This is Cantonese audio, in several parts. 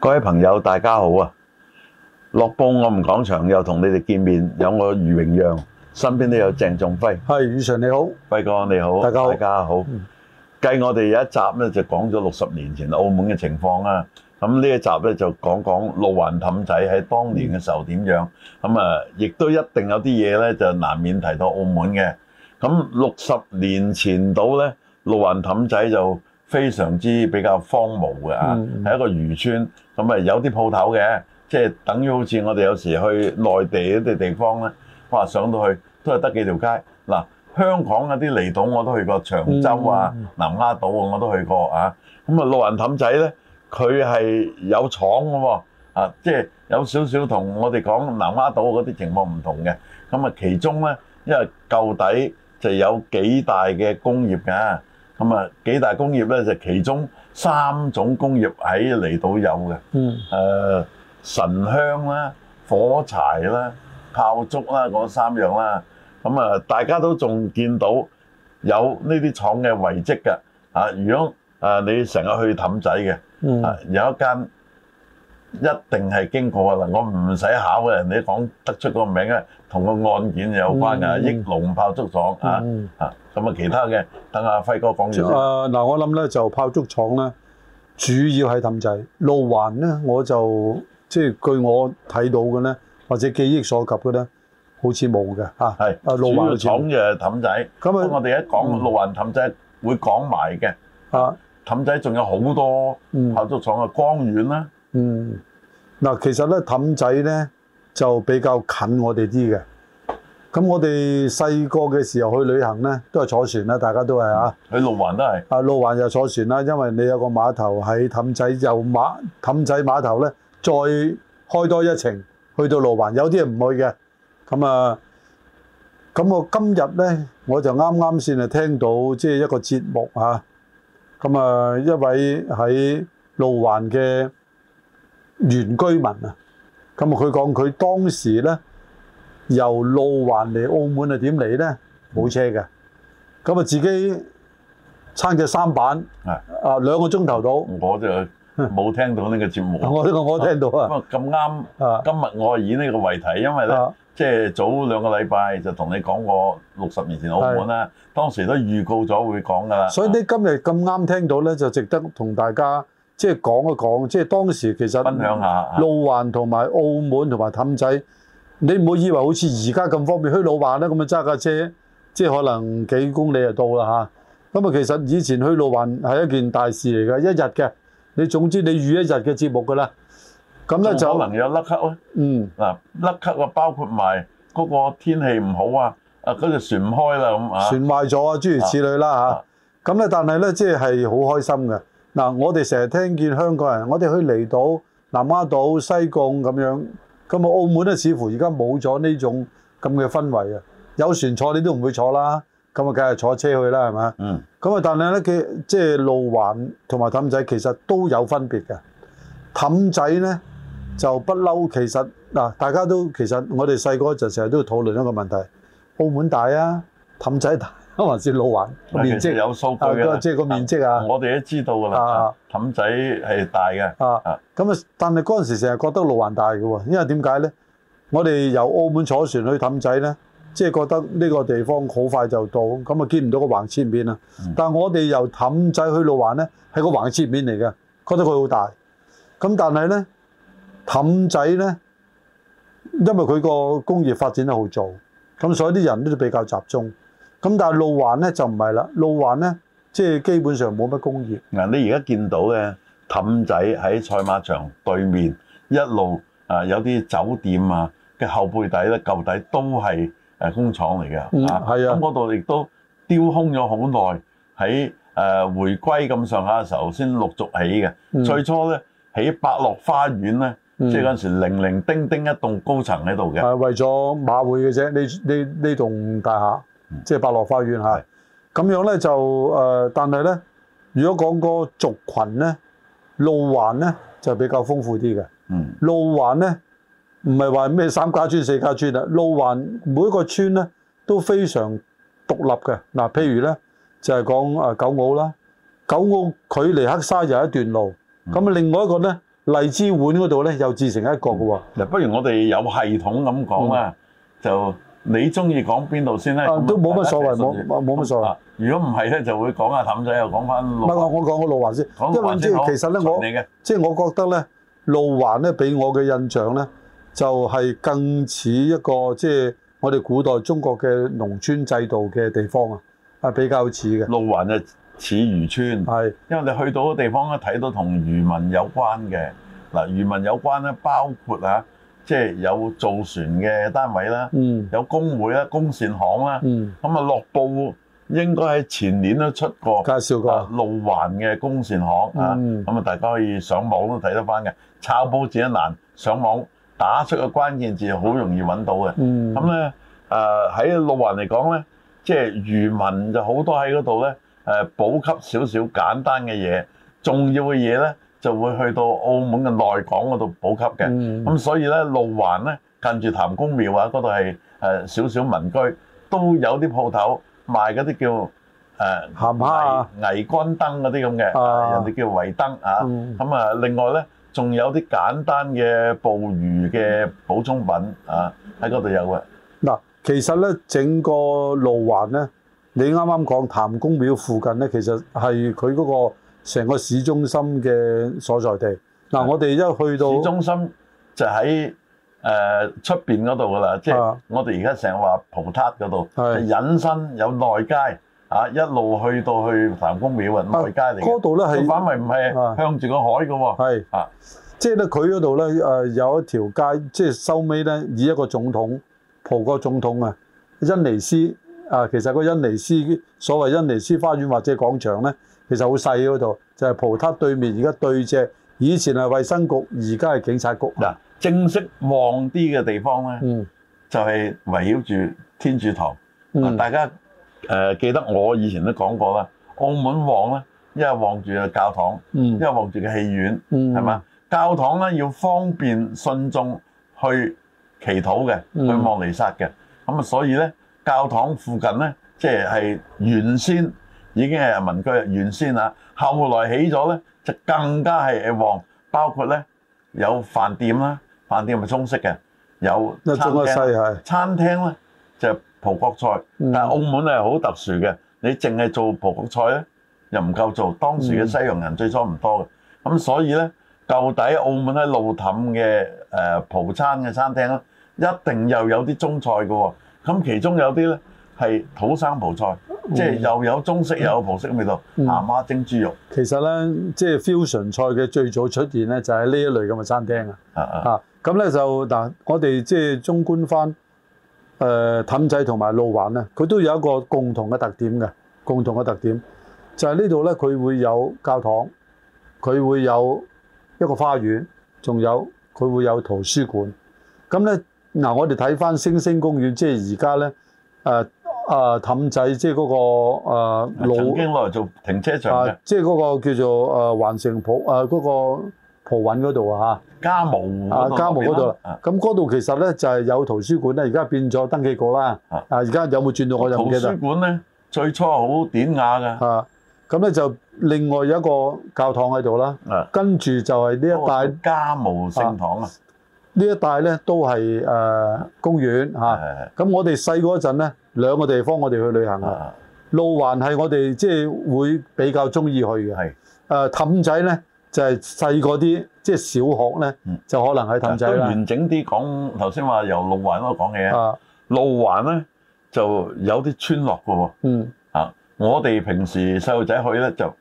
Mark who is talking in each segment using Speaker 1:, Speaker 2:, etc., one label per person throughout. Speaker 1: 各位朋友，大家好啊！樂報我們講場又同你哋見面，有我余榮讓，身邊都有鄭仲輝，
Speaker 2: 係，宇常你好，
Speaker 1: 輝哥你好，
Speaker 2: 大家好
Speaker 1: 大家好。
Speaker 2: 嗯
Speaker 1: 繼我哋有一集咧，就講咗六十年前澳門嘅情況啦。咁呢一集咧就講講路環氹仔喺當年嘅時候點樣。咁啊，亦都一定有啲嘢咧就難免提到澳門嘅。咁六十年前到咧，路環氹仔就非常之比較荒蕪嘅啊，
Speaker 2: 嗯嗯
Speaker 1: 係一個漁村。咁啊，有啲鋪頭嘅，即係等於好似我哋有時去內地嗰啲地方咧，哇，上到去都係得幾條街。嗱，香港嗰啲離島我都去過長洲啊、
Speaker 2: 嗯
Speaker 1: 南丫島啊，我都去過啊。咁啊，路環氹仔咧，佢係有廠嘅喎，啊，即係有少少同我哋講南丫島嗰啲情況唔同嘅。咁啊，其中咧，因為舊底就有幾大嘅工業㗎，咁啊幾大工業咧就其中三種工業喺離島有嘅，誒、
Speaker 2: 嗯，
Speaker 1: 呃神香啦、火柴啦、炮竹啦嗰三樣啦，咁啊大家都仲見到有呢啲廠嘅遺跡㗎，啊如果啊你成日去氹仔嘅。
Speaker 2: 嗯，
Speaker 1: 啊，有一間一定係經過嘅啦，我唔使考嘅，人哋講得出個名咧，同個案件有關嘅，
Speaker 2: 嗯嗯
Speaker 1: 益隆炮竹廠啊
Speaker 2: 嗯
Speaker 1: 啊，咁啊其他嘅等阿輝哥講完
Speaker 2: 誒
Speaker 1: 先。
Speaker 2: 啊嗱，我諗咧就炮竹廠咧，主要係氹仔路環咧，我就即係據我睇到嘅咧，或者記憶所及嘅咧，好似冇嘅嚇。
Speaker 1: 係
Speaker 2: 啊，路
Speaker 1: 主要
Speaker 2: 環廠
Speaker 1: 廠就係氹仔，
Speaker 2: 咁啊
Speaker 1: 咁我哋一講
Speaker 2: 嗯
Speaker 1: 路環氹仔會講埋嘅，
Speaker 2: 啊，
Speaker 1: 氹仔仲有好多
Speaker 2: 嗯
Speaker 1: 炮竹廠嘅光遠啦，
Speaker 2: 嗯，嗱，其實咧氹仔咧就比較近我哋啲嘅。咁我哋細個嘅時候去旅行咧，都係坐船啦，大家都係啊。
Speaker 1: 去路環都係
Speaker 2: 啊，路環又坐船啦，因為你有個碼頭喺氹仔，由碼氹仔碼頭咧，再開多一程去到路環，有啲人唔去嘅。咁啊，咁我今日咧，我就啱啱先啊聽到即係一個節目啊，咁啊一位喺路環嘅原居民啊，咁啊佢講佢當時咧由路環嚟澳門係點嚟咧？冇車嘅，咁啊自己撐隻三板
Speaker 1: 啊，
Speaker 2: 啊兩個鐘頭到，
Speaker 1: 我就冇聽到呢個節目。
Speaker 2: 我呢個我聽到
Speaker 1: 咁啊
Speaker 2: 啊，
Speaker 1: 咁啱，
Speaker 2: 啊
Speaker 1: 今日我係以呢個為題，因為咧。
Speaker 2: 啊
Speaker 1: 即係早兩個禮拜就同你講過六十年前澳門啦，當時都預告咗會講㗎啦。
Speaker 2: 所以你今日咁啱聽到咧，就值得同大家即係講一講，即係當時其實
Speaker 1: 分享下
Speaker 2: 路環同埋澳門同埋氹仔，你唔好以為好似而家咁方便，去路環咧咁啊揸架車，即係可能幾公里就到啦嚇。咁啊，其實以前去路環係一件大事嚟嘅，一日嘅，你總之你預一日嘅節目㗎啦。咁咧
Speaker 1: 仲可
Speaker 2: 就
Speaker 1: 能有甩咳啦。
Speaker 2: 嗯
Speaker 1: 嗱，甩咳啊，包括埋嗰個天氣唔好啊，啊嗰隻船唔開啦咁啊。
Speaker 2: 船壞咗啊，諸如此類啦
Speaker 1: 啊
Speaker 2: 嚇。咁咧，但係咧，即係係好開心嘅。嗱，我哋成日聽見香港人，我哋去離島、南丫島、西貢咁樣，咁啊澳門咧，似乎而家冇咗呢種咁嘅氛圍啊。有船坐你都唔會坐啦，咁啊，梗係坐車去啦，係咪啊？
Speaker 1: 嗯，
Speaker 2: 咁啊，但係咧，佢即係路環同埋氹仔其實都有分別嘅。氹仔咧就不嬲，其實嗱，大家都其實我哋細個就成日都討論一個問題：澳門大啊，氹仔大， 還是路環個面
Speaker 1: 其實
Speaker 2: 積
Speaker 1: 有數據
Speaker 2: 啊？個
Speaker 1: 㗎。
Speaker 2: 即係個面積啊
Speaker 1: 我哋都知道㗎啦
Speaker 2: 啊。
Speaker 1: 氹仔係大嘅，
Speaker 2: 啊
Speaker 1: 啊！
Speaker 2: 咁啊，但係嗰陣時成日覺得路環大嘅喎，因為點解咧？我哋由澳門坐船去氹仔咧，即係覺得呢個地方好快就到，咁啊見唔到個橫切面啊。但係我哋由氹仔去路環咧，係個橫切面嚟嘅，覺得佢好大。咁但係咧，氹仔咧，因為佢個工業發展得好早，咁所以啲人都比較集中。咁但係路環咧就唔係啦，路環咧即係基本上冇乜工業。
Speaker 1: 嗱，你而家見到咧，氹仔喺賽馬場對面一路啊，有啲酒店啊嘅後背底咧、舊底都係誒工廠嚟嘅，
Speaker 2: 嗯係啊
Speaker 1: 咁嗰度亦都丟空咗好耐，喺誒回歸咁上下嘅時候先陸續起嘅。
Speaker 2: 嗯
Speaker 1: 最初咧喺百樂花園咧，
Speaker 2: 嗯啊
Speaker 1: 即係嗰陣時零零丁丁一棟高層喺度嘅。
Speaker 2: 係為咗馬會嘅啫，呢呢呢棟大廈，即係百樂花園
Speaker 1: 係
Speaker 2: 嚇。咁樣咧就誒、呃但係咧，如果講個族群咧，路環咧就比較豐富啲嘅。
Speaker 1: 嗯，
Speaker 2: 路環咧唔係話咩三家村四家村啊，路環每一個村咧都非常獨立嘅。嗱、譬如咧就係講誒九澳啦，九澳距離黑沙有一段路，咁、另外一個咧荔枝碗嗰度咧又自成一角嘅喎。
Speaker 1: 嗱，不如我哋有系統咁講啦，就你中意講邊度先咧？
Speaker 2: 嗯啊
Speaker 1: 咁
Speaker 2: 都冇乜
Speaker 1: 大家
Speaker 2: 所謂
Speaker 1: 一齊順住
Speaker 2: 冇冇冇乜所謂
Speaker 1: 啊如果唔係咧，就會講下氹仔，又講翻
Speaker 2: 唔係我
Speaker 1: 路。
Speaker 2: 我講個路環先，
Speaker 1: 講
Speaker 2: 因
Speaker 1: 路
Speaker 2: 為
Speaker 1: 環
Speaker 2: 即
Speaker 1: 先好
Speaker 2: 係其實咧，我
Speaker 1: 隨你嘅
Speaker 2: 即係我覺得咧，路環咧俾我嘅印象咧，就係、更似一個即係我哋古代中國嘅農村制度嘅地方啊，係比較似嘅，
Speaker 1: 路環就似漁村，
Speaker 2: 係
Speaker 1: 因為你去到嘅地方咧，睇到同漁民有關嘅。嗱，漁民有關咧，包括啊，即係有造船嘅單位啦，
Speaker 2: 嗯
Speaker 1: 有工會啦、工善行啦。
Speaker 2: 嗯，
Speaker 1: 咁啊，樂報應該喺前年都出過。
Speaker 2: 介紹過
Speaker 1: 啊，路環嘅工善行啊，
Speaker 2: 嗯
Speaker 1: 咁啊大家可以上網都睇得翻嘅。抄報紙一難，上網打出個關鍵字好容易揾到嘅。
Speaker 2: 嗯
Speaker 1: 咁咧誒喺路環嚟講咧，即係漁民就好多喺嗰度咧誒補給少少簡單嘅嘢，重要嘅嘢咧就會去到澳門嘅內港嗰度補給嘅。
Speaker 2: 嗯
Speaker 1: 咁所以咧，路環咧近住譚公廟啊，嗰度係誒少少民居，都有啲鋪頭賣嗰啲叫誒、呃、
Speaker 2: 鹹蝦啊
Speaker 1: 危危竿燈嗰啲咁嘅，
Speaker 2: 啊
Speaker 1: 人哋叫圍燈啊。
Speaker 2: 嗯
Speaker 1: 咁啊、另外咧仲有啲簡單嘅捕魚嘅補充品啊，喺嗰度有嘅。
Speaker 2: 嗱，其實咧整個路環咧，你啱啱講譚公廟附近咧，其實係佢嗰個成個市中心嘅所在地。嗱，我哋一去到
Speaker 1: 市中心就喺誒出邊嗰度噶啦，即係
Speaker 2: 啊
Speaker 1: 我哋而家成日話葡撻嗰度，
Speaker 2: 係
Speaker 1: 就引申有內街啊，一路去到去譚公廟啊，內街嚟嘅。
Speaker 2: 嗰度咧係
Speaker 1: 佢反為唔
Speaker 2: 啊
Speaker 1: 係向住個海嘅喎。
Speaker 2: 係
Speaker 1: 啊，
Speaker 2: 即係咧佢嗰度咧誒有一條街，即係收尾咧以一個總統葡國總統啊恩尼斯啊，其實個恩尼斯所謂恩尼斯花園或者廣場咧，其實好細嗰度，就係、葡撻對面，而家對隻以前係衛生局，而家係警察局。
Speaker 1: 嗱，正式旺啲嘅地方咧，
Speaker 2: 嗯
Speaker 1: 就係圍繞住天主堂。嗱，
Speaker 2: 嗯
Speaker 1: 啊大家誒記得我以前都講過啦，澳門旺咧，一係旺住個教堂，一
Speaker 2: 嗯
Speaker 1: 係旺住個戲院，
Speaker 2: 嗯，
Speaker 1: 係嘛？教堂咧要方便信眾去祈禱嘅，
Speaker 2: 嗯
Speaker 1: 去望彌撒嘅。咁啊，所以咧，教堂附近咧，即係係原先已經係民居啦，原先啊，後來起咗咧，就更加係旺，包括咧有飯店啦，飯店咪中式嘅，有
Speaker 2: 嗱，
Speaker 1: 餐
Speaker 2: 仲有
Speaker 1: 廳
Speaker 2: 細
Speaker 1: 啦，
Speaker 2: 係
Speaker 1: 餐廳咧就係葡國菜，
Speaker 2: 嗯
Speaker 1: 但係澳門係好特殊嘅，你淨係做葡國菜咧又唔夠做，當時嘅西洋人最初唔多嘅，咁所以咧，舊底澳門喺路氹嘅誒葡餐嘅餐廳咧，一定又有啲中菜嘅喎，咁其中有啲咧係土生葡菜，即係又有中式又有葡式味道，
Speaker 2: 嗯
Speaker 1: 鹹蝦蒸豬肉
Speaker 2: 其實咧，即係 fusion 菜嘅最早出現咧，就係呢一類咁嘅餐廳啊。
Speaker 1: 啊啊，
Speaker 2: 啊，咁咧就嗱，我哋即係中觀翻誒氹仔同埋路環咧，佢都有一個共同嘅特點嘅，共同嘅特點就係呢度咧，佢會有教堂，佢會有一個花園，仲有佢會有圖書館。咁咧嗱，我哋睇翻星星公園，即係而家咧誒啊氹仔，即係嗰個誒路。
Speaker 1: 啊曾經攞嚟做停車場
Speaker 2: 啊
Speaker 1: 嘅，
Speaker 2: 即係嗰個叫做誒呃環城葡誒嗰個葡韻嗰度啊
Speaker 1: 嘉模湖
Speaker 2: 嚇，啊
Speaker 1: 嗰度
Speaker 2: 嘉模嗰度
Speaker 1: 邊
Speaker 2: 啦
Speaker 1: 啦啊。
Speaker 2: 咁嗰度其實咧就係有圖書館咧，而家變咗登記局啦。
Speaker 1: 啊
Speaker 2: 啊，而家有冇轉到我就唔
Speaker 1: 圖
Speaker 2: 記得
Speaker 1: 書。館咧最初好典雅嘅。
Speaker 2: 啊，咁咧就另外有一個教堂喺度啦。
Speaker 1: 啊
Speaker 2: 跟住就係呢一帶，
Speaker 1: 家無聖堂啊，
Speaker 2: 呢一帶咧都係誒公園
Speaker 1: 哎係
Speaker 2: 嚇。咁我哋細個嗰陣咧，兩個地方我哋去旅行啊。
Speaker 1: 啊
Speaker 2: 路環係我哋即係會比較中意去嘅。
Speaker 1: 係
Speaker 2: 誒氹仔咧就係細個啲，即係小學咧、
Speaker 1: 嗯啊
Speaker 2: 就可能喺氹仔
Speaker 1: 都
Speaker 2: 啦。
Speaker 1: 完整啲講頭先話由路環嗰度講起啊，
Speaker 2: 啊，
Speaker 1: 路環咧就有啲村落嘅喎
Speaker 2: 嗯，
Speaker 1: 啊！我哋平時細路仔去咧就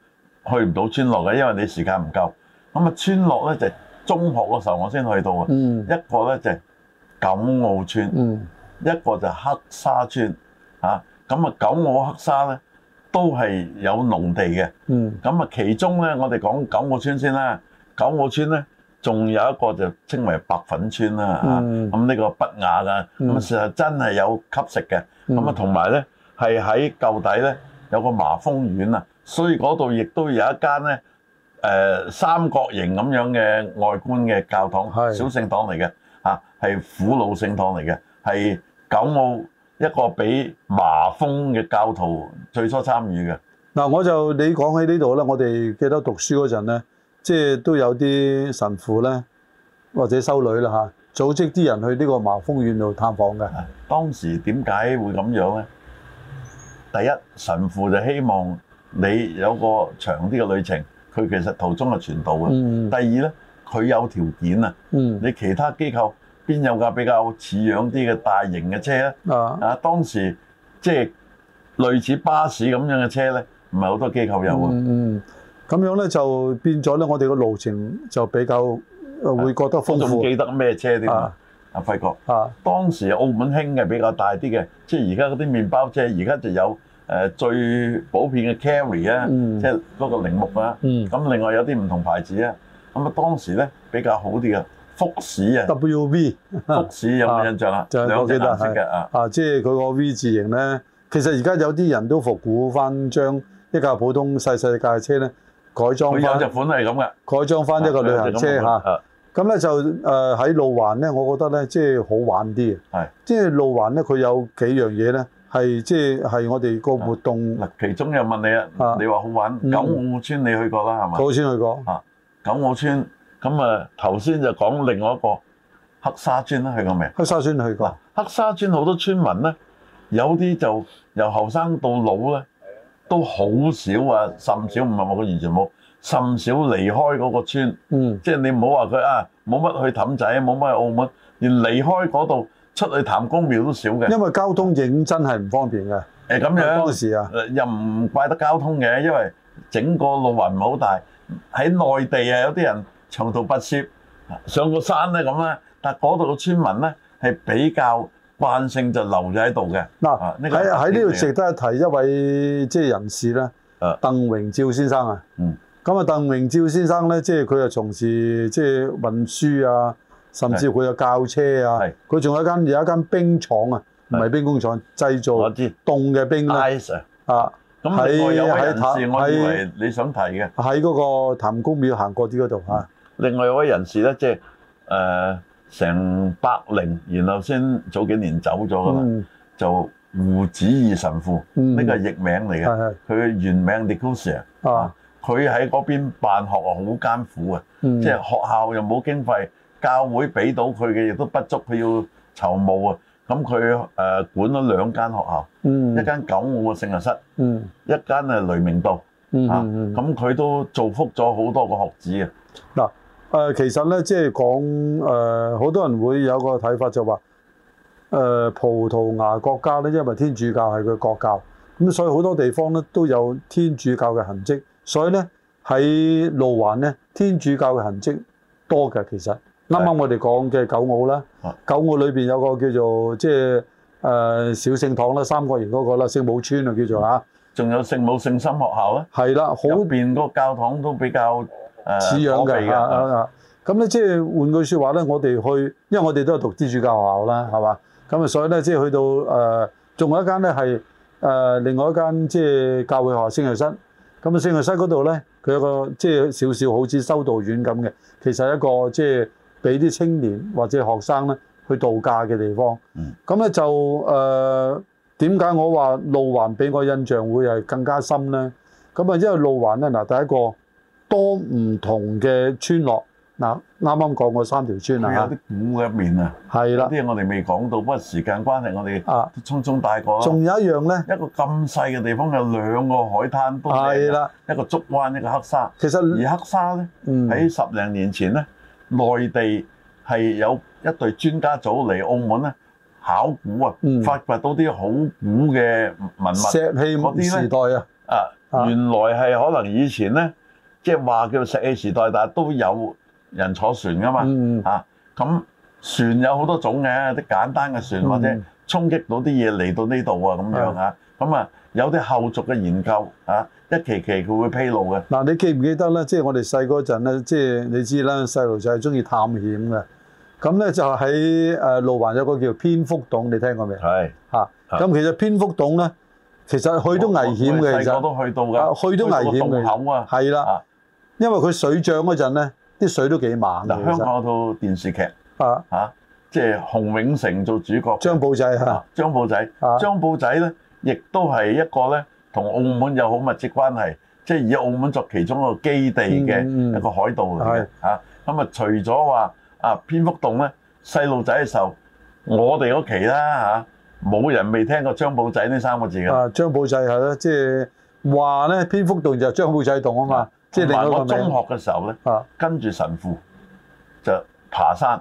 Speaker 1: 去唔到村落嘅，因為你時間唔夠。咁啊，村落咧就中學嗰時候我先去到啊，
Speaker 2: 嗯，
Speaker 1: 一個咧就係錦澳村。
Speaker 2: 嗯，
Speaker 1: 一個就黑沙村啊，咁啊九澳黑沙咧都係有農地嘅，
Speaker 2: 嗯，
Speaker 1: 咁啊其中咧我哋講九澳村先啦，九澳村咧仲有一個就稱為白粉村啦啊，
Speaker 2: 嗯
Speaker 1: 咁呢、個不雅噶，
Speaker 2: 嗯
Speaker 1: 咁事啊實真係有吸食嘅，
Speaker 2: 嗯
Speaker 1: 咁啊同埋咧係喺舊底咧有個麻風院啊，所以嗰度亦都有一間咧。誒、三角形咁樣嘅外觀嘅教堂，
Speaker 2: 係
Speaker 1: 小聖堂嚟嘅，啊係苦老聖堂嚟嘅，係九澳一個俾麻風嘅教徒最初參與嘅，
Speaker 2: 嗱，我就你講起呢度咧，我哋記得讀書嗰陣咧，即係都有啲神父咧，或者修女啦嚇，組織啲人去呢個麻風院度探訪嘅。
Speaker 1: 啊當時點解會咁樣呢？第一，神父就希望你有個長啲嘅旅程，佢其實途中係傳道嘅。
Speaker 2: 嗯
Speaker 1: 第二呢，佢有條件啊，
Speaker 2: 嗯
Speaker 1: 你其他機構邊有架比較似樣啲嘅大型嘅車啊？
Speaker 2: 啊
Speaker 1: 啊，當時即係類似巴士咁樣嘅車呢，唔係好多機構有啊。
Speaker 2: 嗯嗯，咁樣咧就變咗咧，我哋個路程就比較誒會覺得
Speaker 1: 我
Speaker 2: 豐
Speaker 1: 仲
Speaker 2: 富
Speaker 1: 記得咩車添啊
Speaker 2: 啊？
Speaker 1: 阿輝哥。
Speaker 2: 啊。
Speaker 1: 當時澳門興嘅比較大啲嘅，即係而家嗰啲麵包車，而家就有誒、呃最普遍嘅 carry 啊，
Speaker 2: 嗯
Speaker 1: 即係嗰個鈴木啊。
Speaker 2: 嗯
Speaker 1: 咁另外有啲唔同牌子啊。咁啊，當時咧比較好啲嘅福士 啊，
Speaker 2: WV
Speaker 1: 福士有冇印象啊？
Speaker 2: 啊就係
Speaker 1: 兩
Speaker 2: 我記
Speaker 1: 隻
Speaker 2: 得
Speaker 1: 顏色嘅
Speaker 2: 係
Speaker 1: 啊，
Speaker 2: 啊，即係佢個 V 字形咧。其實而家有啲人都復古翻，將一架普通細細架嘅車咧改
Speaker 1: 佢
Speaker 2: 裝
Speaker 1: 有
Speaker 2: 翻，
Speaker 1: 隻款係咁嘅，
Speaker 2: 改裝翻一個旅行車嚇。
Speaker 1: 啊
Speaker 2: 咁咧就誒喺路環咧，我覺得咧即係好玩啲嘅。
Speaker 1: 係
Speaker 2: 即係路環咧，佢有幾樣嘢咧，係即係係我哋個活動，
Speaker 1: 嗱，其中又問你啊
Speaker 2: 啊，
Speaker 1: 你話好玩
Speaker 2: 嗯
Speaker 1: 九澳村你去過啦係嘛？
Speaker 2: 我先去過。
Speaker 1: 九澳村咁啊，頭先就講另外一個黑沙村啦，去過未？
Speaker 2: 黑沙村去
Speaker 1: 嗱
Speaker 2: 過，，
Speaker 1: 黑沙村好多村民咧，有啲就由後生到老咧，都好少啊，甚少唔係話佢完全冇，甚少離開嗰個村。
Speaker 2: 嗯
Speaker 1: 即係你唔好話佢啊，冇乜去氹仔，冇乜去澳門，連離開嗰度出去譚公廟都少嘅。
Speaker 2: 因為交通認真係唔方便嘅。
Speaker 1: 誒咁
Speaker 2: 當
Speaker 1: 樣，
Speaker 2: 時啊，
Speaker 1: 誒又唔怪得交通嘅，因為整個路環唔係好大。喺內地啊，有啲人長途跋涉上個山咧咁咧，但係嗰度嘅村民咧係比較慣性就留咗喺度嘅。啊
Speaker 2: 嗱
Speaker 1: 呢個
Speaker 2: 喺喺呢
Speaker 1: 特點嚟
Speaker 2: 度
Speaker 1: 嘅
Speaker 2: 值得一提一位即係人士咧，
Speaker 1: 啊
Speaker 2: 鄧榮照先生啊。
Speaker 1: 嗯。
Speaker 2: 咁啊，鄧榮照先生咧，即係佢又從事即係運輸啊，甚至佢有教車啊
Speaker 1: 係。
Speaker 2: 佢仲有一間有一間冰廠啊，唔係冰工廠，製
Speaker 1: 我
Speaker 2: 造
Speaker 1: 知
Speaker 2: 凍嘅冰咧
Speaker 1: ice 啊，
Speaker 2: 啊。
Speaker 1: 咁另外有位人士，
Speaker 2: 喺
Speaker 1: 我以
Speaker 2: 喺
Speaker 1: 為你想提嘅。
Speaker 2: 喺嗰個譚公廟行過啲嗰度
Speaker 1: 啊
Speaker 2: 啊嚇，
Speaker 1: 另外有位人士咧，即係誒成百零，然後先早幾年走咗噶啦，
Speaker 2: 嗯，
Speaker 1: 就胡子義神父，
Speaker 2: 嗯
Speaker 1: 呢個係譯名嚟嘅，
Speaker 2: 係
Speaker 1: 佢原名 Nicosia，
Speaker 2: 係啊，
Speaker 1: 佢喺嗰邊辦學啊好艱苦啊，
Speaker 2: 嗯，
Speaker 1: 即係學校又冇經費，教會俾到佢嘅亦都不足，佢要籌募啊。咁佢誒管咗兩間學校，
Speaker 2: 嗯
Speaker 1: 一間九澳嘅聖若室，
Speaker 2: 嗯
Speaker 1: 一間係雷明道。
Speaker 2: 嗯
Speaker 1: 啊
Speaker 2: 嗯，
Speaker 1: 咁佢都造福咗好多個學子啊！
Speaker 2: 嗱，誒其實咧，即係講誒，呃好多人會有個睇法就話，誒葡萄牙國家咧，因為天主教係佢國教，咁所以好多地方咧都有天主教嘅痕跡，所以咧喺路環咧，天主教嘅痕跡多嘅其實。啱啱我哋講嘅九澳啦
Speaker 1: 啊，
Speaker 2: 九澳裏邊有個叫做即係誒小聖堂啦，三角形嗰個啦，聖母村啊叫做嚇，
Speaker 1: 仲有聖母聖心學校啊，
Speaker 2: 係啦，
Speaker 1: 好
Speaker 2: 好
Speaker 1: 邊嗰個教堂都比較誒
Speaker 2: 似樣
Speaker 1: 可
Speaker 2: 嘅
Speaker 1: 避
Speaker 2: 啊啊啊！咁咧即係換句説話咧，我哋去，因為我哋都係讀天主教學校啦，係嘛？咁啊，所以咧即係去到誒，仲、有一間咧係誒另外一間即係教會學校聖約室。咁啊，聖約室嗰度咧，佢有個即係少少好似修道院咁嘅，其實係一個即係俾啲青年或者學生咧去度假嘅地方
Speaker 1: 嗯。
Speaker 2: 咁啊咧、就誒點解我話路環俾我印象會係更加深咧？咁啊，因為路環咧嗱，第一個。多唔同嘅村落。嗱，啱啱講過三條村
Speaker 1: 佢有
Speaker 2: 啦
Speaker 1: 啲古嘅一面啊，
Speaker 2: 嚇，係
Speaker 1: 有
Speaker 2: 啦
Speaker 1: 啲嘢我哋未講到，不過時間關係，我哋
Speaker 2: 啊，
Speaker 1: 都匆匆帶過啦。
Speaker 2: 仲有一樣咧，
Speaker 1: 一個咁細嘅地方有兩個海灘都靚
Speaker 2: 係
Speaker 1: 嘅，
Speaker 2: 啦，
Speaker 1: 一個竹灣，一個黑沙。
Speaker 2: 其實
Speaker 1: 而黑沙咧
Speaker 2: 嗯
Speaker 1: 喺十零年前咧，內地係有一隊專家組嚟澳門咧考古啊，
Speaker 2: 嗯
Speaker 1: 發掘到啲好古嘅文物。嗰啲
Speaker 2: 石器
Speaker 1: 咧
Speaker 2: 時代啊，
Speaker 1: 啊，
Speaker 2: 啊
Speaker 1: 原來係可能以前咧，即係話叫石器時代，但係都有人坐船噶嘛。
Speaker 2: 嗯
Speaker 1: 啊，咁船有好多種嘅，啲簡單嘅船
Speaker 2: 嗯
Speaker 1: 或者衝擊到啲嘢嚟到呢度啊，咁樣啊。咁啊，有啲後續嘅研究啊，一期期佢會披露嘅。
Speaker 2: 嗱，你記唔記得咧？即係我哋細嗰陣咧，即係你知啦，細路仔中意探險嘅。咁咧就喺誒路環有個叫蝙蝠洞，你聽過未啊？
Speaker 1: 係，
Speaker 2: 嚇，咁其實蝙蝠洞咧，其實去都危險
Speaker 1: 我
Speaker 2: 嘅，
Speaker 1: 哋
Speaker 2: 其
Speaker 1: 細個
Speaker 2: 實
Speaker 1: 都去到
Speaker 2: 啊
Speaker 1: 㗎，
Speaker 2: 去都危險嘅
Speaker 1: 去到個洞口啊。
Speaker 2: 係
Speaker 1: 啊
Speaker 2: 啦，因為佢水漲嗰陣咧，啲水都幾猛
Speaker 1: 嗱，
Speaker 2: 嘅，
Speaker 1: 香
Speaker 2: 其實
Speaker 1: 港有套電視劇
Speaker 2: 啊，
Speaker 1: 啊，即係洪永城做主角。
Speaker 2: 張寶仔嚇
Speaker 1: 啊。，張寶仔，
Speaker 2: 啊
Speaker 1: 張寶仔咧，亦都係一個咧，同澳門有好密切關係，即係以澳門作其中一個基地
Speaker 2: 嗯嗯
Speaker 1: 嘅一個海盜嚟嘅
Speaker 2: 係
Speaker 1: 嚇。咁啊，除咗話啊蝙蝠洞咧，細路仔嘅時候，我哋嗰期啦嚇，冇人未聽過張保仔呢三個字嘅。
Speaker 2: 啊，張保仔係啦，即係話咧，蝙蝠洞就係張保仔洞啊嘛，即係
Speaker 1: 同
Speaker 2: 另
Speaker 1: 埋
Speaker 2: 外
Speaker 1: 我
Speaker 2: 一個
Speaker 1: 中
Speaker 2: 名
Speaker 1: 學嘅時候咧，
Speaker 2: 啊。
Speaker 1: 跟住神父就爬山，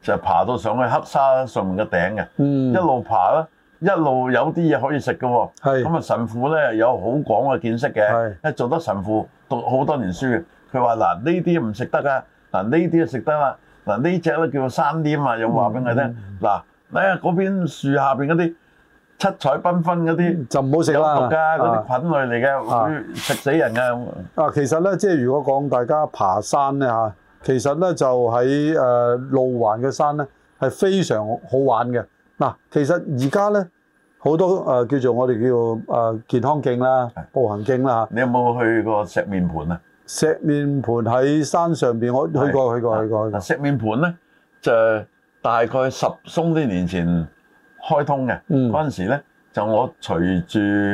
Speaker 1: 就爬到上去黑沙上面嘅頂嘅。
Speaker 2: 嗯，
Speaker 1: 一路爬啦，一路有啲嘢可以食嘅喎。
Speaker 2: 係
Speaker 1: 咁啊，神父咧有好廣嘅見識嘅，
Speaker 2: 係
Speaker 1: 因為做得神父讀好多年書嘅。佢話嗱呢啲唔食得噶，嗱呢啲就食得啦，嗱呢只咧叫做山黏啊，又話俾我聽
Speaker 2: 嗯
Speaker 1: 嗱，你啊嗰邊樹下邊嗰啲七彩繽紛嗰啲
Speaker 2: 就唔好嗯食
Speaker 1: 有
Speaker 2: 啦。
Speaker 1: 毒㗎，嗰
Speaker 2: 啊
Speaker 1: 啲菌類嚟
Speaker 2: 啊
Speaker 1: 嘅，會食死人㗎。
Speaker 2: 啊，其實咧，即係如果講大家爬山咧嚇，其實咧就喺誒、呃路環嘅山咧係非常好玩嘅。嗱、其實而家咧好多誒、呃叫做我哋叫誒、呃健康徑啦、步行徑啦
Speaker 1: 你有冇去過石面盤啊？
Speaker 2: 嚇，石面盤喺山上邊，我去過去過去過去過
Speaker 1: 嗱，。石面盤咧就大概十鬆啲年前開通嘅，
Speaker 2: 嗯
Speaker 1: 嗰陣時咧就我隨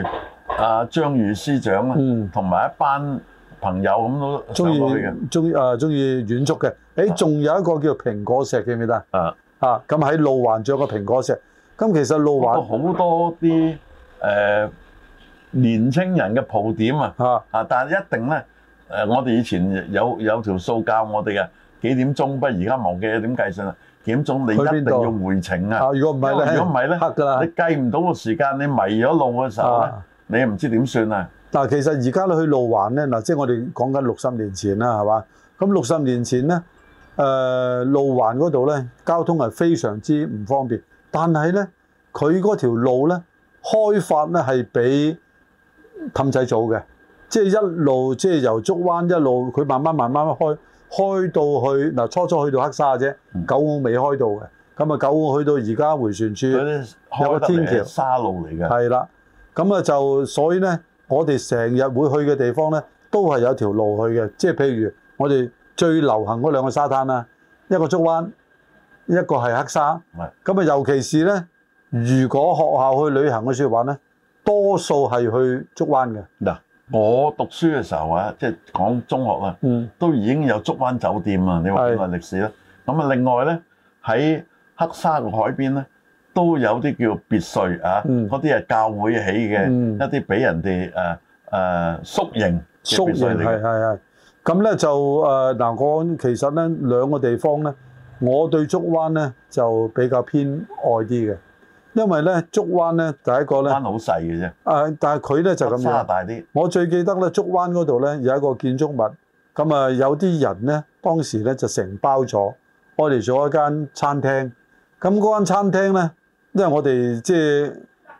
Speaker 1: 住阿張宇司長啊，
Speaker 2: 嗯
Speaker 1: 同埋一班朋友咁都
Speaker 2: 中
Speaker 1: 上
Speaker 2: 意
Speaker 1: 過去嘅。
Speaker 2: 中意誒中意遠足嘅。誒，仲有一個叫蘋果石記唔記得？
Speaker 1: 啊，
Speaker 2: 啊，咁喺路環仲有個蘋果石。咁其實路
Speaker 1: 不過
Speaker 2: 環
Speaker 1: 好多啲誒、呃年青人嘅蒲點啊，
Speaker 2: 嚇。
Speaker 1: 啊，但係一定咧誒、呃我哋以前有有條數教我哋嘅幾點鐘，不過而家忘記咗點計算啦。啊幾點鐘你
Speaker 2: 去
Speaker 1: 一
Speaker 2: 邊
Speaker 1: 定
Speaker 2: 度
Speaker 1: 要回程啊！
Speaker 2: 啊！如果唔係咧，
Speaker 1: 因為如果唔係咧
Speaker 2: 黑㗎啦
Speaker 1: 你。計唔到個時間，你迷咗路嘅時候咧
Speaker 2: 啊，
Speaker 1: 你又唔知點算啊！
Speaker 2: 嗱，其實而家咧去路環咧，嗱，即係我哋講緊六十年前啦，係嘛？咁六十年前咧，誒、路環嗰度咧，交通係非常之唔方便，但係咧，佢嗰條路咧開發咧係比氹仔早嘅，即係一路即係由竹灣一路佢慢慢慢慢開，開到去嗱初初去到黑沙啫，九澳未開到嘅，咁啊九澳去到而家回旋處。
Speaker 1: 嗰啲
Speaker 2: 有
Speaker 1: 開
Speaker 2: 個
Speaker 1: 得
Speaker 2: 天
Speaker 1: 嚟
Speaker 2: 橋
Speaker 1: 係沙路嚟嘅，
Speaker 2: 係啦，咁啊就所以咧，我哋成日會去嘅地方咧，都係有條路去嘅。即係譬如我哋最流行嗰兩個沙灘啦，一個竹灣，一個係黑沙
Speaker 1: 係。
Speaker 2: 咁啊，尤其是咧，如果學校去旅行嘅説話咧，多數係去竹灣嘅。
Speaker 1: 嗱，我讀書嘅時候啊，即係講中學啦，
Speaker 2: 嗯，
Speaker 1: 都已經有竹灣酒店啊！你話
Speaker 2: 係
Speaker 1: 幾耐歷史啦？咁啊，另外咧喺黑沙個海邊咧，都有啲叫別墅啊，
Speaker 2: 嗯
Speaker 1: 嗰啲係教會起嘅，
Speaker 2: 嗯
Speaker 1: 一啲俾人哋誒誒宿營嘅
Speaker 2: 宿
Speaker 1: 別墅
Speaker 2: 營
Speaker 1: 嚟
Speaker 2: 係係
Speaker 1: 嘅。
Speaker 2: 係。咁咧就誒嗱，我其實咧兩個地方咧，我對竹灣咧就比較偏愛啲嘅，因為咧竹灣咧第一個咧。
Speaker 1: 灣好細嘅啫，
Speaker 2: 啊！但係佢咧就咁
Speaker 1: 黑沙
Speaker 2: 樣。
Speaker 1: 大啲，
Speaker 2: 我最記得咧，竹灣嗰度咧有一個建築物，咁啊有啲人咧當時咧就承包咗，我哋做一間餐廳。咁嗰間餐廳咧，因為我哋即係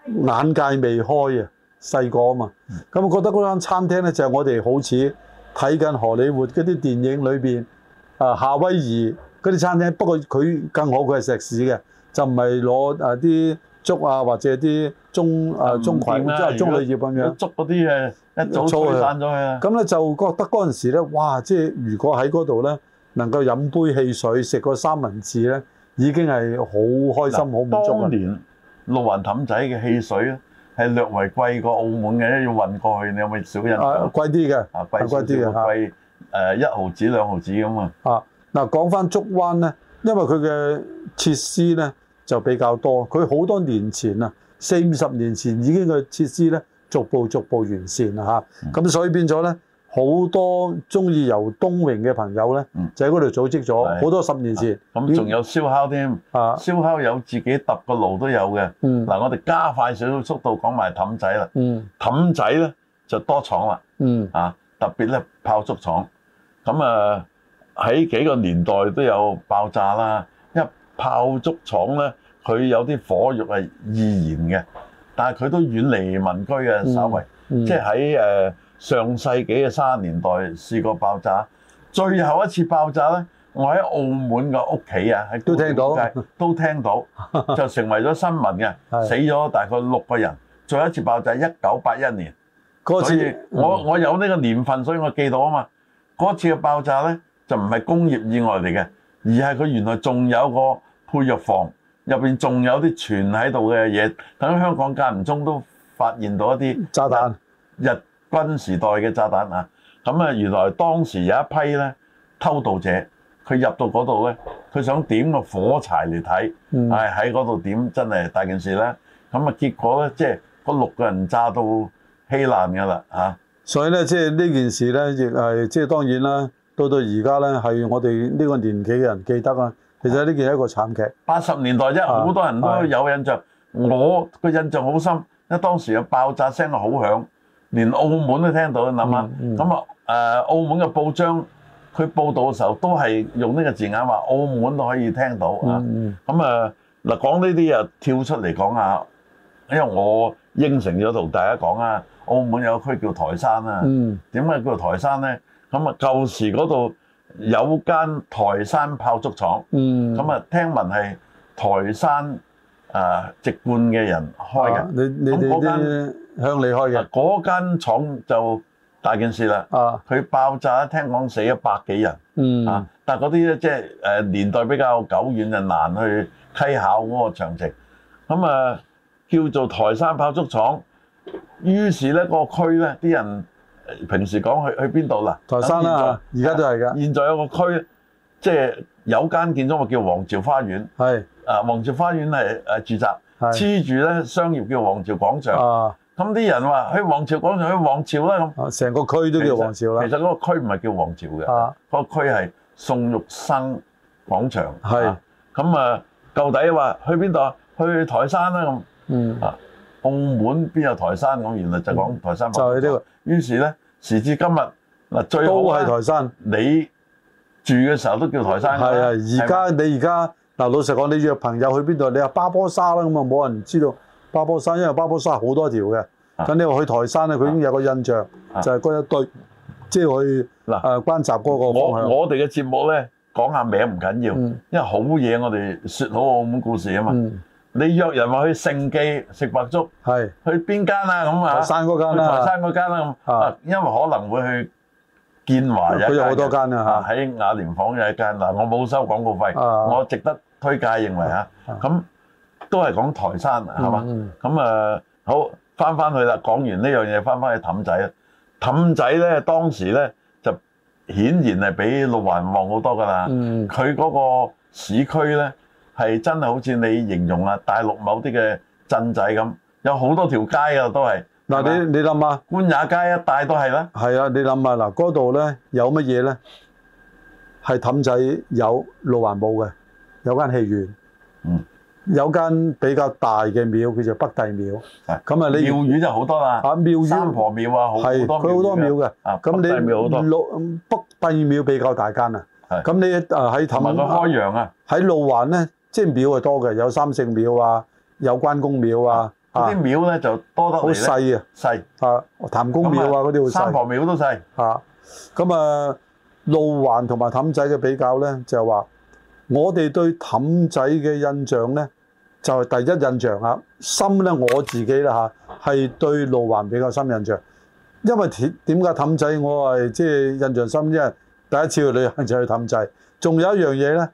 Speaker 2: 眼界未開啊，細個啊嘛，咁我覺得嗰間餐廳咧就係我哋好似睇緊荷里活嗰啲電影裏邊啊夏威夷嗰啲餐廳，不過佢更好，佢係石屎嘅，就唔係攞啊啲竹啊或者啲棕啊棕葵
Speaker 1: 唔嗯掂
Speaker 2: 即
Speaker 1: 啦
Speaker 2: 係棕
Speaker 1: 如果
Speaker 2: 櫚葉咁樣。
Speaker 1: 捉嗰啲誒一早
Speaker 2: 粗
Speaker 1: 吹
Speaker 2: 啊
Speaker 1: 散咗佢啊！
Speaker 2: 咁咧就覺得嗰陣時咧，哇！即係如果喺嗰度咧，能夠飲杯汽水，食個三文治咧，已經係好開心、好滿足啊
Speaker 1: 當
Speaker 2: 嘅。
Speaker 1: 年路環氹仔嘅汽水咧，係略為貴過澳門嘅，因為要運過去，你有冇少印
Speaker 2: 啊，
Speaker 1: 象？
Speaker 2: 貴啲嘅，
Speaker 1: 啊，貴
Speaker 2: 貴
Speaker 1: 少
Speaker 2: 啲
Speaker 1: 少，
Speaker 2: 嘅嚇
Speaker 1: 貴誒一毫子兩毫子咁啊！
Speaker 2: 啊！嗱，講翻竹灣咧，因為佢嘅設施咧就比較多，佢好多年前啊，四五十年前已經嘅設施咧逐步逐步完善啦嚇。
Speaker 1: 嗯
Speaker 2: 咁、所以變咗咧，好多中意遊東泳嘅朋友咧
Speaker 1: 嗯，
Speaker 2: 就喺嗰度組織咗
Speaker 1: 係
Speaker 2: 好多十年前
Speaker 1: 咁仲有燒烤添，
Speaker 2: 啊，
Speaker 1: 燒烤有自己揼個爐都有嘅。
Speaker 2: 嗯
Speaker 1: 嗱，我哋加快少少速度講埋氹仔啦。
Speaker 2: 嗯
Speaker 1: 氹仔咧就多廠啦，
Speaker 2: 嗯
Speaker 1: 啊，特別咧炮竹廠。咁啊喺幾個年代都有爆炸啦，因為炮竹廠咧佢有啲火藥係易燃嘅，但係佢都遠離民居嘅，稍為。
Speaker 2: 嗯，
Speaker 1: 即係喺誒上世紀嘅三十年代試過爆炸，最後一次爆炸咧，我喺澳門嘅屋企啊，喺
Speaker 2: 都聽到
Speaker 1: 古井街都 聽到，就成為咗新聞
Speaker 2: 係
Speaker 1: 嘅，死咗大概六個人。最後一次爆炸一九八一年，
Speaker 2: 嗰
Speaker 1: 所以嗯
Speaker 2: 次嗯
Speaker 1: 我我有呢個年份，所以我記到啊嘛。嗰次嘅爆炸咧就唔係工業意外嚟嘅，而係佢原來仲有個配藥房入邊仲有啲存喺度嘅嘢，等香港間唔中都發現到一啲
Speaker 2: 炸彈
Speaker 1: 日軍時代嘅炸彈啊！咁啊，原來當時有一批咧偷渡者，佢入到嗰度咧，佢想點個火柴嚟睇，
Speaker 2: 嗯
Speaker 1: 係喺嗰度點真係大件事啦。咁啊，結果咧，即係嗰六個人炸到稀爛㗎啦啊嚇。
Speaker 2: 所以咧，即係呢件事咧，亦係即係當然啦。到到而家咧，係我哋呢個年紀嘅人記得啊。其實呢件係一個慘劇，
Speaker 1: 八十年代啫，
Speaker 2: 啊
Speaker 1: 好多人都有印象。我個印象好深，因為當時有爆炸聲好響，連澳門都聽到。諗下
Speaker 2: 嗯嗯
Speaker 1: 咁啊誒，澳門嘅報章佢報道嘅時候都係用呢個字眼話，澳門都可以聽到啊。
Speaker 2: 嗯
Speaker 1: 咁啊嗱，講呢啲啊跳出嚟講下，因為我應承咗同大家講啊，澳門有個區叫台山啊。
Speaker 2: 嗯
Speaker 1: 點解叫台山咧？咁啊舊時嗰度有間台山炮竹廠。
Speaker 2: 嗯，
Speaker 1: 咁啊，聽聞係台山啊籍貫嘅人開
Speaker 2: 啊
Speaker 1: 嘅，
Speaker 2: 你你
Speaker 1: 咁
Speaker 2: 哋
Speaker 1: 嗰間
Speaker 2: 啲向你開嘅
Speaker 1: 嗱嗰間廠就大件事啦。
Speaker 2: 啊，
Speaker 1: 佢爆炸，聽講死咗百幾人
Speaker 2: 嗯
Speaker 1: 啊！但係嗰啲咧，即係誒年代比較久遠，就難去稽考嗰個詳情。咁啊，叫做台山炮竹廠。於是咧，個區咧啲人呃平時講去去邊度啦？
Speaker 2: 台山啦，而家都係㗎，
Speaker 1: 現在啊有個區，即係有間建築物叫皇朝花園。
Speaker 2: 係
Speaker 1: 啊，皇朝花園係誒住宅，
Speaker 2: 係
Speaker 1: 黐住咧商業叫皇朝廣場。
Speaker 2: 啊
Speaker 1: 咁啲人話去皇朝廣場，去皇朝啦咁。
Speaker 2: 啊，成個區都叫皇朝啦
Speaker 1: 其實嗰個區唔係叫皇朝嘅，
Speaker 2: 啊，
Speaker 1: 嗰個區係宋玉生廣場。
Speaker 2: 係
Speaker 1: 啊咁啊，舊底話去邊度啊？去台山啦咁。
Speaker 2: 嗯
Speaker 1: 啊澳門邊有台山咁？原來就講台山。
Speaker 2: 就係呢個。
Speaker 1: 於是咧，時至今日嗱，最
Speaker 2: 都係
Speaker 1: 好呢啊
Speaker 2: 台山。
Speaker 1: 你住嘅時候都叫台山㗎啦。
Speaker 2: 係啊，而
Speaker 1: 係咪
Speaker 2: 家你而家嗱，老實講，你約朋友去邊度？你話巴波沙啦，咁啊冇人知道巴波沙，因為巴波沙好多條嘅。
Speaker 1: 啊
Speaker 2: 咁你話去台山咧，佢已經有個印象，
Speaker 1: 啊
Speaker 2: 就係嗰一堆，即係去
Speaker 1: 嗱
Speaker 2: 誒關閘嗰個
Speaker 1: 我
Speaker 2: 方向。
Speaker 1: 我哋嘅節目咧講下名唔緊要，
Speaker 2: 嗯
Speaker 1: 因為好嘢我哋説好澳門故事啊嘛。
Speaker 2: 嗯
Speaker 1: 你約人話去盛記食白粥，
Speaker 2: 係
Speaker 1: 去邊間啊咁啊？
Speaker 2: 台山嗰間
Speaker 1: 去台
Speaker 2: 啦，
Speaker 1: 山嗰間啦咁
Speaker 2: 啊
Speaker 1: 啊，因為可能會去建華
Speaker 2: 佢有好多
Speaker 1: 間
Speaker 2: 間
Speaker 1: 啊
Speaker 2: 啊，
Speaker 1: 喺雅廉房有一間嗱，我冇收廣告費，
Speaker 2: 啊
Speaker 1: 我值得推介認為嚇，咁都係講台山
Speaker 2: 嚇，
Speaker 1: 係嘛？
Speaker 2: 嗯？
Speaker 1: 咁啊，好翻翻去啦，講完呢樣嘢，翻翻去氹仔啦。氹仔咧，當時咧就顯然係比路環旺好多噶啦。
Speaker 2: 嗯
Speaker 1: 佢嗰個市區咧係真係好似你形容啊，大陸某啲嘅鎮仔咁，有好多條街啊，都係係
Speaker 2: 嗱，
Speaker 1: 嘛
Speaker 2: 你你諗下。
Speaker 1: 官也街一帶都係啦。
Speaker 2: 係啊，你諗下嗱，嗰度咧有乜嘢咧？係氹仔有路環冇嘅，有間戲院，
Speaker 1: 嗯，
Speaker 2: 有間比較大嘅廟叫做北帝廟，
Speaker 1: 係
Speaker 2: 咁啊你
Speaker 1: 廟宇就好多啦，
Speaker 2: 啊廟
Speaker 1: 三
Speaker 2: 宇
Speaker 1: 婆廟啊，好
Speaker 2: 係
Speaker 1: 多
Speaker 2: 佢好多廟
Speaker 1: 嘅。
Speaker 2: 嘅，
Speaker 1: 啊，
Speaker 2: 咁
Speaker 1: 北帝廟好
Speaker 2: 你
Speaker 1: 多，
Speaker 2: 路北帝廟比較大間啊，
Speaker 1: 係
Speaker 2: 咁你啊喺
Speaker 1: 同埋佢
Speaker 2: 氹
Speaker 1: 開陽啊，
Speaker 2: 喺路環咧，即係廟係多嘅，有三聖廟啊，有關公廟啊，啊
Speaker 1: 嗰啲廟咧就多得
Speaker 2: 好
Speaker 1: 嚟咧
Speaker 2: 細啊，
Speaker 1: 細，
Speaker 2: 啊譚公廟啊嗰啲好細
Speaker 1: 三。婆廟都細。
Speaker 2: 啊，咁啊，路環同埋氹仔嘅比較咧，就係話我哋對氹仔嘅印象咧，就係、第一印象啊。深咧我自己啦嚇，係對路環比較深印象，因為點點解氹仔我係即係印象深，因為第一次去旅行就去氹仔。仲有一樣嘢咧，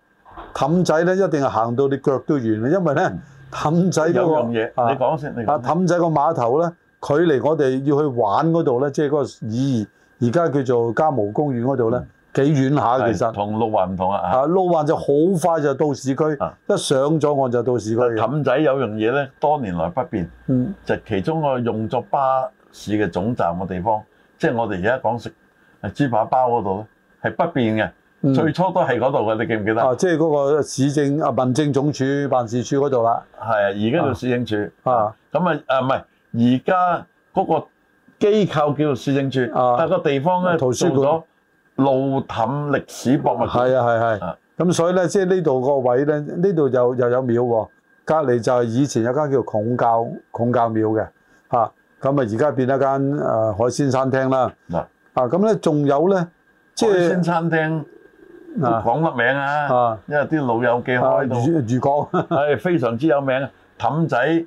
Speaker 2: 氹仔咧一定係行到你腳都軟啦，因為咧氹仔嗰、
Speaker 1: 有
Speaker 2: 個
Speaker 1: 樣嘢，
Speaker 2: 啊
Speaker 1: 你講先，你
Speaker 2: 啊
Speaker 1: 講先。
Speaker 2: 氹仔個碼頭咧，距離我哋要去玩嗰度咧，即係嗰個以而家叫做嘉模公園嗰度咧，幾遠下
Speaker 1: 嗯係
Speaker 2: 其實。
Speaker 1: 同六環唔同啊！啊
Speaker 2: 啊，路環就好快就到市區，
Speaker 1: 啊
Speaker 2: 一上咗岸就到市區嘅。
Speaker 1: 氹仔有樣嘢咧，多年來不變，
Speaker 2: 嗯，
Speaker 1: 就係其中個用作巴士嘅總站嘅地方，即係我哋而家講食豬扒包嗰度咧，係不變嘅。
Speaker 2: 嗯
Speaker 1: 最初都係嗰度嘅，你記唔記得？係
Speaker 2: 啊，即係嗰個市政啊民政總署辦事處嗰度啦。
Speaker 1: 啊，而家叫市政署。
Speaker 2: 啊，
Speaker 1: 咁啊啊，唔係而家嗰個機構叫做市政署，
Speaker 2: 啊
Speaker 1: 但個地方咧
Speaker 2: 圖書館
Speaker 1: 做咗路氹歷史博物館。
Speaker 2: 係啊，係係
Speaker 1: 啊。
Speaker 2: 咁所以咧，即係呢度個位咧，呢度又又有廟喎，隔離就係以前有間叫孔教孔教廟嘅，嚇。咁啊，而家變咗間誒海鮮餐廳啦。
Speaker 1: 嗱，
Speaker 2: 啊，咁咧仲有咧，即
Speaker 1: 海鮮
Speaker 2: 係
Speaker 1: 餐廳都
Speaker 2: 啊
Speaker 1: 講得名啊，
Speaker 2: 啊
Speaker 1: 因為啲老友記
Speaker 2: 啊
Speaker 1: 開到。
Speaker 2: 漁 漁港
Speaker 1: 係非常之有名啊！氹仔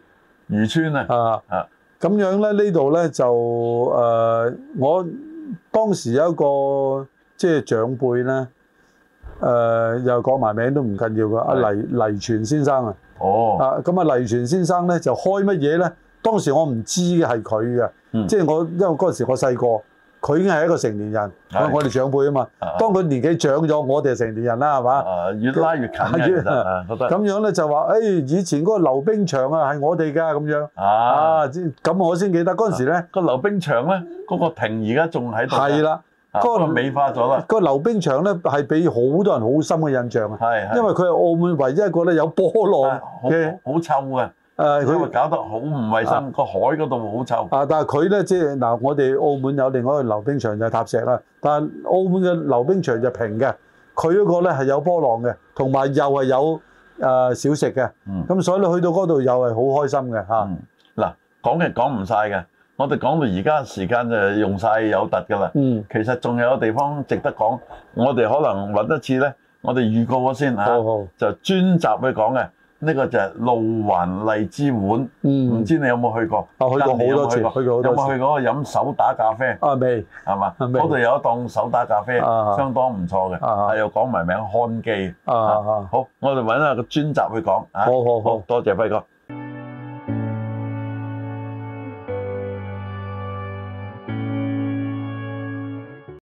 Speaker 1: 漁村啊，
Speaker 2: 啊
Speaker 1: 啊
Speaker 2: 咁樣咧，呢度咧就誒、呃我當時有一個即係長輩咧，誒、呃又講埋名都唔緊要㗎，阿
Speaker 1: 係
Speaker 2: 黎黎全先生啊，
Speaker 1: 哦，
Speaker 2: 啊咁啊黎全先生咧就開乜嘢咧？當時我唔知嘅係佢嘅，
Speaker 1: 嗯
Speaker 2: 即係我因為嗰陣時我細個，佢已經係一個成年人，
Speaker 1: 係
Speaker 2: 我我哋長輩啊嘛。
Speaker 1: 啊
Speaker 2: 當佢年紀長咗，我哋係成年人啦，係嘛？
Speaker 1: 啊越拉越近嘅，其實啊覺得
Speaker 2: 咁樣咧就話，誒、哎以前嗰個溜冰場啊係我哋㗎咁樣
Speaker 1: 啊
Speaker 2: 啊，即咁我先記得嗰陣時咧
Speaker 1: 個溜冰場咧，嗰個亭而家仲喺度㗎，
Speaker 2: 係啦，
Speaker 1: 啊，
Speaker 2: 嗰個
Speaker 1: 不過美化咗啦，
Speaker 2: 個溜冰場咧係俾好多人好深嘅印象啊，
Speaker 1: 係係
Speaker 2: 因為佢係澳門唯一一個咧有波浪
Speaker 1: 啊好
Speaker 2: 嘅
Speaker 1: 好臭嘅，
Speaker 2: 誒
Speaker 1: 因為
Speaker 2: 佢
Speaker 1: 搞得好唔衞生，個海嗰度好臭，
Speaker 2: 啊，但係佢咧即係嗱，我哋澳門有另外一個溜冰場就係塔石啦，但係澳門嘅溜冰場就平嘅，佢嗰個咧係有波浪嘅，同埋又係有誒小食嘅，
Speaker 1: 嗯。
Speaker 2: 咁所以你去到嗰度又係好開心嘅嚇。
Speaker 1: 嗯嗱，講嘅講唔晒嘅，我哋講到而家時間就用晒有突㗎啦。
Speaker 2: 嗯，
Speaker 1: 其實仲有個地方值得講，我哋可能揾一次咧，我哋預告咗先啊嚇，
Speaker 2: 好好，
Speaker 1: 就專集去講嘅。呢、個就係路環荔枝碗，唔、
Speaker 2: 嗯。
Speaker 1: 知你有冇去過？
Speaker 2: 啊去過
Speaker 1: 近年有冇
Speaker 2: 好多次
Speaker 1: 去過
Speaker 2: 去過好多次
Speaker 1: 有冇去過飲手打咖啡？
Speaker 2: 啊未
Speaker 1: 係嘛？
Speaker 2: 啊未
Speaker 1: 嗰度有一檔手打咖啡，
Speaker 2: 啊
Speaker 1: 相當唔錯嘅。
Speaker 2: 啊
Speaker 1: 啊，又講埋名漢記。
Speaker 2: 啊啊，
Speaker 1: 好，我哋揾下個專集去講。啊
Speaker 2: 好好好
Speaker 1: 好，多謝輝哥。